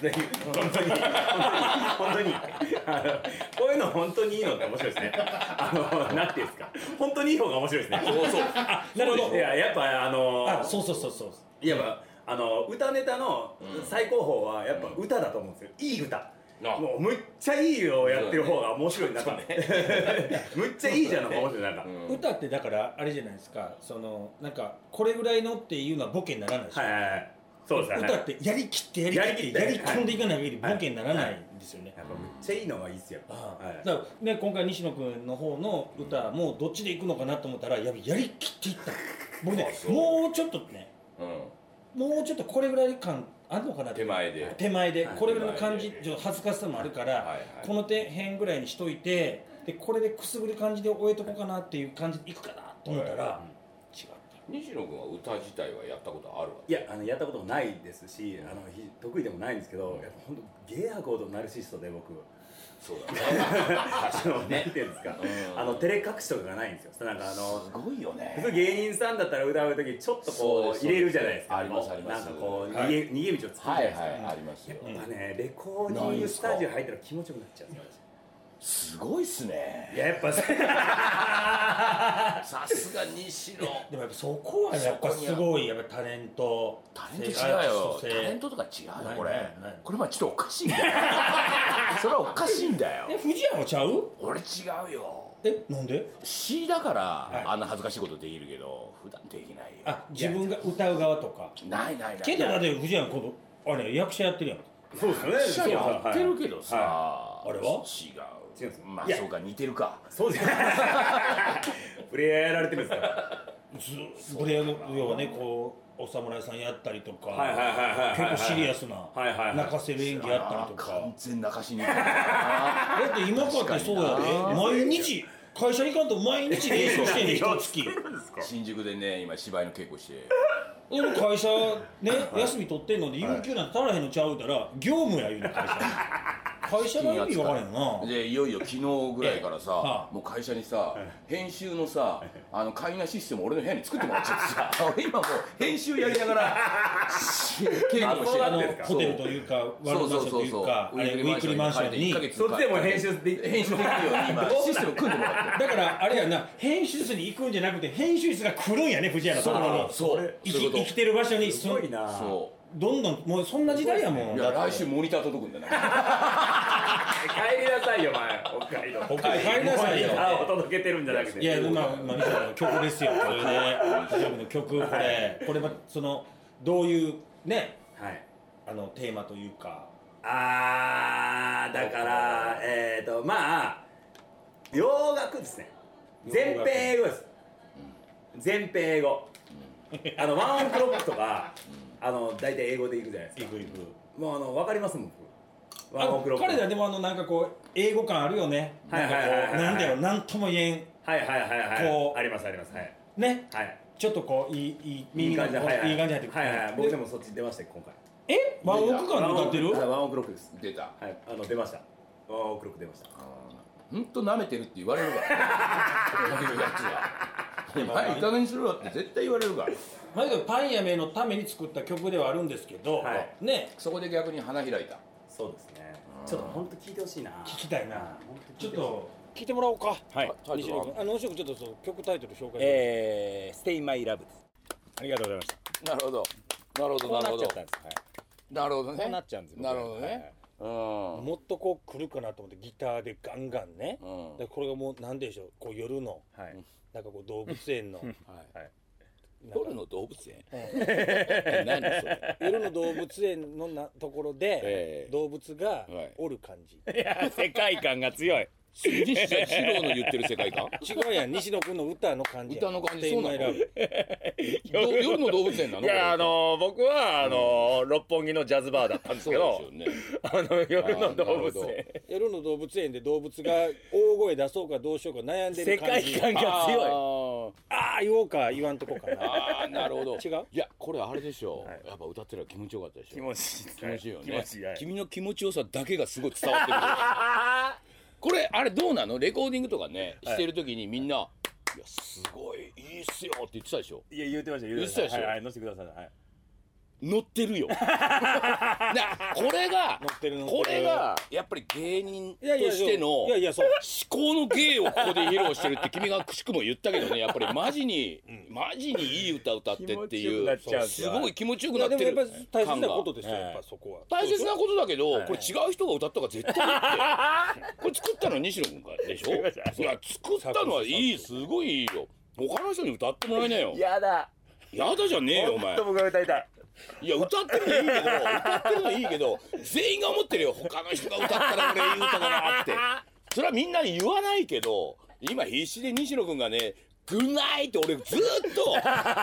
ぜひ本当に本当に本当にあのこういうの本当にいいのって面白いですねあのなんていうんですか本当にいい方が面白いですねそうそう。なるほどいややっぱあのあそうそうそうそういやまああの歌ネタの最高峰はやっぱ歌だと思うんですよ、いい歌あもうむっちゃいいよをやってる方が面白いなと思って むっちゃいいじゃんの方が面白いなんか、うん歌ってだからあれじゃないですかそのなんかこれぐらいのっていうのはボケにならないでしょ、はいはいはいそうですよね歌ってやりきってやりきってややりりきって込んでいかない限りはいボケにならないんですよね、やっぱむっちゃいいのがいいっすよ、ああはいだからね、今回西野君の方の歌もどっちでいくのかなと思ったらやべやりきっていった僕ねあそうもうちょっとねうん。もうちょっとこれぐらい感あるのかなって手前で手前ではいこれぐらいの感じ手前でちょっと恥ずかしさもあるかはいらはいこの手辺ぐらいにしといてでこれでくすぐる感じで終えとこうかなっていう感じでいくかなと思ったら違っ西野君は歌自体はやったことあるわいやあのやったこともないですしあのひ得意でもないんですけど、やっぱ本当ゲイアコードナルシストで僕そうだねあのなんていうんですか、うんあの照れ隠しとかがないんですよなんかあのすごいよね普通芸人さんだったら歌う時ちょっとそこうでうす入れるじゃないですかそうですありまなんすありますかこうは逃いげ,、逃げ道を作るじゃなはいいですか、はいありますよやっぱねレコーディングスタジオ入ったら気持ちよくなっちゃうんですよすごいっすねいややっぱささすが西野たでもやっぱそこはやっぱすごいやっぱタレントタレント違うよタレントトとか違うよないこれないないこれまあちょっとおかしいん だよそれはおかしいんだよえ藤山ちゃう俺違うよえなんで C だからいあんな恥ずかしいことできるけど普段できないよあ自分が歌う側とかないないないけどだって藤山今度あれ役者やってるやんそうですよね役者やってるけどさはあれは違う違うんですまあいやそうか似てるかい そうですよプレイヤーやられてるんですからずブレの要はねこうお侍さんやったりとか、はいはいはいはいはい結構シリアスなはいはいはい泣かせる演技やったりとか、あー完全泣かしに行くなだって今かってそうや確かで毎日会社行かんと毎日練習してんねん一月新宿でね今芝居の稽古してでも会社ね休み取ってんので有給なんて足らへんのちゃうたら業務や言うの会社会社が意味分からへんなでいよいよ昨日ぐらいからええさはあもう会社にさ編集のさあの会員システム俺の部屋に作ってもらっちゃってさ 俺今もう編集やりなが ら稽古もしてああのそうなんですかホテルというかワルそうマンそうションとそういそううかあれウィークリーマンションに1ヶ月そっちでも編集で編集できるように 今システム組んでもらってだからあれやな編集室に行くんじゃなくて編集室が来るんやね藤原さんるそうそう生そういうきこ生きてる場所にすすごいなそどんどんもうそんな時代やうもんいだやって来週モニター届くんだな帰りなさいよ前北海道北海道帰りなさいよもう歌を届けてるんじゃなくていやまあまあ西野の曲で すよこれね西野君の曲これこれはそのどういうねはいあのテーマというかあーだからえっ、ー、とまあ洋楽ですね全編英語です全編英語あのワンオンクロックとかあの大体英語でいくじゃないですいかくいくもうあの分かりますもん僕ワあンオンのクロック彼らでもあのなんかこう英語感あるよねはいなんはいかはこういはいなんだよなんとも言えんはいはいはいはいこうありますありますはいねはいちょっとこういいいいいい感じでこうはいはいい感じ入ってくるはいはい僕でもそっち出ましたよ今回えワンオク感で歌ってるはいワンオンクロックです出たはいあの出ましたワンオンクロック出ましたほんと舐めてるって言われるからこういうやつ はお前いい加減にしろよって絶対言われるからまあ、パン屋めのために作った曲ではあるんですけど、はいねそこで逆に花開いたそうですねちょっと本当聞いてほしいな聞きたいなちょっと聞いてもらおうかはい西野君あの野君ちょっとその曲タイトル紹介してえー、Stay My Love ですありがとうございましたなるほどなるほこどうなるなほっちゃどったんです、はい、なるほどねこうなっちゃうんです僕なるほどねうんもっとこう来るかなと思ってギターでガンガンね、うんでこれがもう何でしょうこう夜の はいはいなん かこう動物園のはい夜の動物園 何それ夜の動物園のなところで、ええ動物はがいおる感じ、いや世界観が強い杉下二郎の言ってる世界観違うやん西野君の歌の感じやん歌の感じ Stay そうな My の Love ど夜の動物園なのいやあの僕はあの、六本木のジャズバーだったんですそうけどですよねあの夜の動物あーな園る夜の動物園で動物が大声出そうかどうしようか悩んで世る感界じ観が強強いああ言おうか言わんとこかなああなる ほど違ういやこれあれでしょやっぱ歌ってるら気持ちよかったでしょい気持ちいいです気ね持ちいいよね気持ちいいはい君の気持ちよさだけがすごい伝わ ってくるこれあれどうなのレコーディングとかねしてる時にみんな、い、やすごいいいっすよって言ってたでしょいや言ってました言言ってたでしょはいはい乗せてくださいはい乗って るよだからこれが乗ってる乗ってるこれがやっぱり芸人といやいやしてのいやいやそう思考の芸をここで披露してるって君がくしくも言ったけどねやっぱりマジに、マジにいい歌歌ってって気持ちよくいなっうちゃうんですすよごい気持ちよくいなやってでもるやっぱり大切なことでですよはいやっぱそこは大切なことだけど、これ違う人が歌ったから絶対いいってこれ作ったのは西野君かでしょい作りましたや作ったのはいいすごいいいよ他の人に歌ってもらえないよ やだやだじゃねえよおもっ前と僕が歌いたいいや歌ってるのいいけど歌ってるのいいけど全員が思ってるよ他の人が歌ったら俺いい歌だなってそれはみんなに言わないけど今必死で西野君がね「グッナイ!」って俺ずっと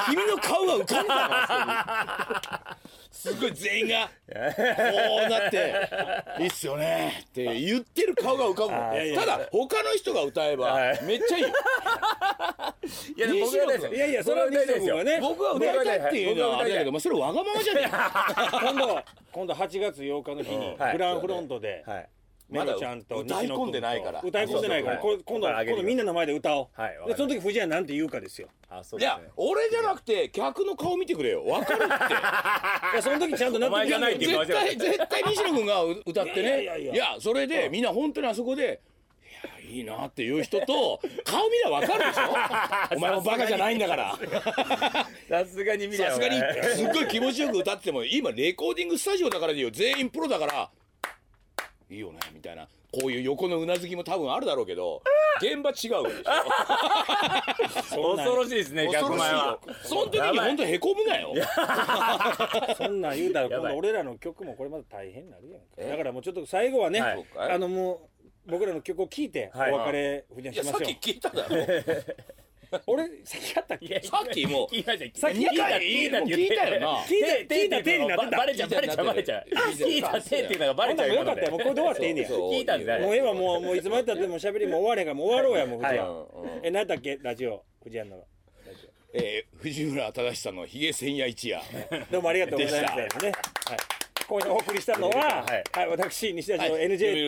君の顔が浮かんでたのあそこにすごい全員がこうなって「いいっすよね」って言ってる顔が浮かぶあーのただ他の人が歌えばはいめっちゃいいよいやでも僕が歌いたいですいやいやそれは西野君はね僕は歌いたいっていうのはあれだけどまあそれわがままじゃねえか今度今度8月8日の日にはいグランフロントではいメロちゃんとまだ西野君歌とい込んでないから歌い込んでないからそうそうこ今度はい今度みんなの前で歌おうはいわかりましでたその時藤谷なんて言うかですよあそういや、俺じゃなくて客の顔見てくれよ。わかるって。いやその時ちゃんとなお前じゃないっていう顔絶してます対絶対西野君が歌っていやね。いやいやいやそれでみんな本当にあそこで。いやいいなっていう人と顔見りゃわかるでしょお前もバカじゃないんだからさすがに見りゃさすがにすっごい気持ちよく歌ってても今レコーディングスタジオだからでいいよ全員プロだからいいよねみたいなこういう横のうなずきも多分あるだろうけど現場違うでしょ恐ろしいですね恐100ろしい万円はよその時に本当へこむなよそんなん言うた らや今ばい度俺らの曲もこれまた大変になるやんかだからもうちょっと最後はね、はいあのもう僕らの曲を聴いておはい別れふにゃいしやまさっしょう、き聞いただろ俺先やったっけさっきもう聞いたじゃんさっき二回聞いた聞いたよな聞いた聞いた手になってたバレちゃうバレちゃうバレちゃう聞いた手っていうのがバあレんちゃなうもよかったよもうこれで終わっていいねやそうもそう聞いたんですねうええわもうもういつまでたっても喋りも終われへんからもう終わろうやもう、はい藤うんうん原え何だっけラジオ藤原のえー藤村忠さんのひげ千夜 一夜 どうもありがとうございましたでねはい今夜お送りしたのは、はいはい、私西田はいのNJ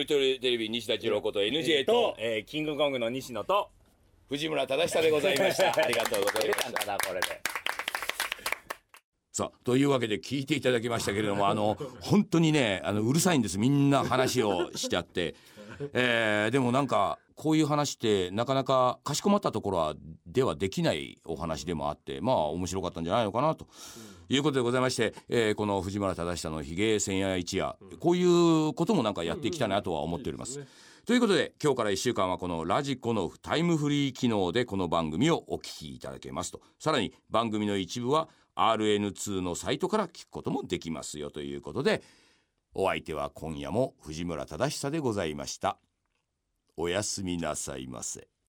読 売テレビ西田次郎こと NJ とえーキングコングの西野と藤村忠さんでございましたありがとうございましたただこれでさあというわけで聞いていただきましたけれどもあの本当にねあのうるさいんですみんな話をしちゃって、えーでもなんかこういう話ってなかなかかしこまったところはではできないお話でもあってまあ面白かったんじゃないのかなと。いうことでございまして、えーこの藤村忠久のひげ千夜一夜、こういうこともなんかやっていきたいなとは思っております。ということで今日から1週間はこのラジコのタイムフリー機能でこの番組をお聞きいただけますとさらに番組の一部は RN2 のサイトから聞くこともできますよということでお相手は今夜も藤村忠久でございましたおやすみなさいませ